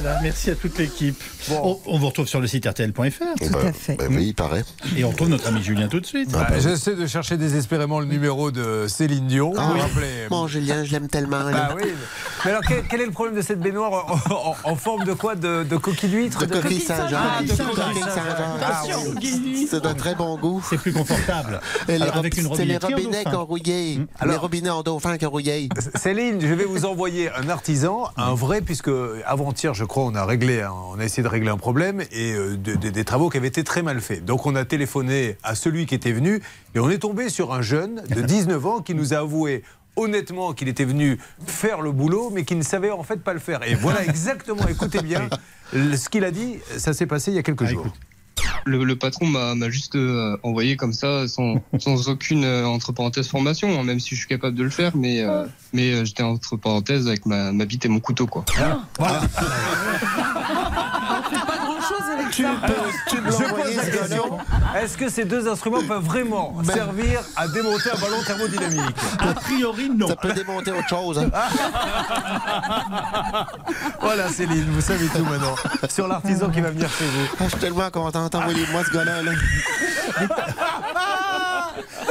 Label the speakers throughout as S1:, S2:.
S1: Voilà, hein. merci à toute l'équipe.
S2: Bon.
S1: On, on vous retrouve sur le site rtl.fr
S3: Tout
S2: Bah,
S3: à fait.
S2: bah oui, il paraît.
S1: et on retrouve notre ami Julien tout de suite.
S2: Ah, bah,
S4: J'essaie de chercher désespérément le numéro de Céline Dion.
S2: Ah,
S4: Vous
S2: oui.
S4: vous rappelez
S2: Bon, Julien, je l'aime tellement. elle est-
S4: Bah oui. Mais alors, quel, quel est le problème de cette baignoire en, en- en forme de quoi De, de coquille d'huître
S2: De coquille
S4: Ah,
S2: Saint-Jean.
S4: de coquille Saint-Jean.
S2: Ah, oui. C'est d'un très bon goût.
S1: C'est plus confortable.
S2: Et les
S1: Alors, avec
S2: rob-
S1: une
S2: c'est
S1: robinetterie
S2: les
S1: en dauphin.
S2: robinets
S1: Hmm.
S2: qui ont rouillé. les
S4: Alors-
S2: robinets en dauphin qui ont rouillé.
S4: Céline, je vais vous envoyer un artisan, un vrai, puisque avant-hier, je crois, on a réglé, un- on a essayé de régler un problème et euh, de- de- des travaux qui avaient été très mal faits. Donc on a téléphoné à celui qui était venu et on est tombé sur un jeune de 19 ans qui nous a avoué honnêtement qu'il était venu faire le boulot, mais qu'il ne savait en fait pas le faire. Et voilà exactement, écoutez bien, le- ce qu'il a dit, ça s'est passé il y a quelques
S1: Ah,
S4: jours.
S1: écoute.
S5: Le, le patron m'a m'a juste euh, envoyé comme ça, sans, sans aucune euh, entre parenthèses formation, hein, même si je suis capable de le faire, mais, euh, mais euh, j'étais entre parenthèses avec ma, ma bite et mon couteau, quoi.
S4: Tu
S1: Euh,
S4: peux- tu peux
S2: l'envoyer,
S4: Je pose
S2: ce
S4: la question. Est-ce que ces deux instruments peuvent vraiment
S1: Ben.
S4: servir à démonter un ballon thermodynamique
S1: A priori, non.
S2: Ça peut démonter autre chose. hein.
S4: Ah. Voilà Céline, vous savez tout maintenant sur l'artisan qui va venir chez vous.
S2: Ah, je suis tellement content. Envoyez-moi ce gars-là. là.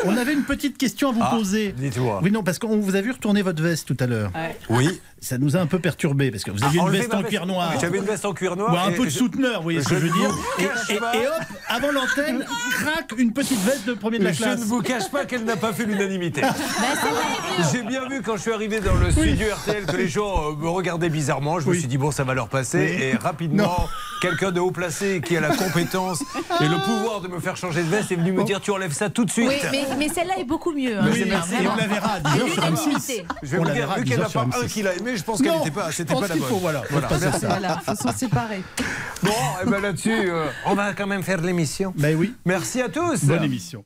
S1: On avait une petite question à vous poser.
S4: Dites-moi.
S1: Oui, non, parce qu'on vous a vu retourner votre veste tout à l'heure.
S4: Oui.
S1: Ça nous a un peu perturbé parce que vous aviez une
S4: Ah, Enlevez
S1: veste
S4: ma
S1: en cuir noir.
S4: J'avais une veste en cuir noir.
S1: Ou un
S4: et
S1: peu de
S4: je-
S1: souteneur, vous voyez ce que je
S4: je
S1: veux dire.
S4: ne
S1: Et,
S4: cache
S1: et-
S4: pas.
S1: et hop, avant l'antenne, craque une petite veste de premier de la
S4: je
S1: classe. Bah,
S4: ne vous cache pas qu'elle n'a pas fait l'unanimité. J'ai bien vu quand je suis arrivé dans le studio RTL que les gens euh, me regardaient bizarrement. Je me
S1: Oui.
S4: suis dit, bon, ça va leur passer. Et rapidement, quelqu'un de haut placé qui a la compétence et le pouvoir de me faire changer de veste est venu
S1: Oh.
S4: me dire, tu enlèves ça tout de suite.
S6: Oui, mais, mais celle-là est beaucoup mieux. hein,
S1: Ah Oui,
S6: je veux dire,
S1: et on
S6: vraiment.
S1: la verra à
S6: À
S1: 10h sur M6.
S6: l'unanimité.
S4: Je vais
S1: On
S4: vous
S1: la
S4: dire,
S1: verra
S4: vu
S1: à
S4: qu'il n'y
S1: 10 heures
S4: en a pas
S1: sur
S4: un
S1: M6.
S4: qui l'a aimé, je pense qu'elle n'était pas, c'était pas la bonne.
S1: Faut, voilà, faut passer à ça.
S3: Voilà, faut s'en séparer.
S4: eh Bon, et ben là-dessus, euh, on va quand même faire de l'émission.
S1: Ben oui,
S4: Merci à tous.
S1: bonne émission.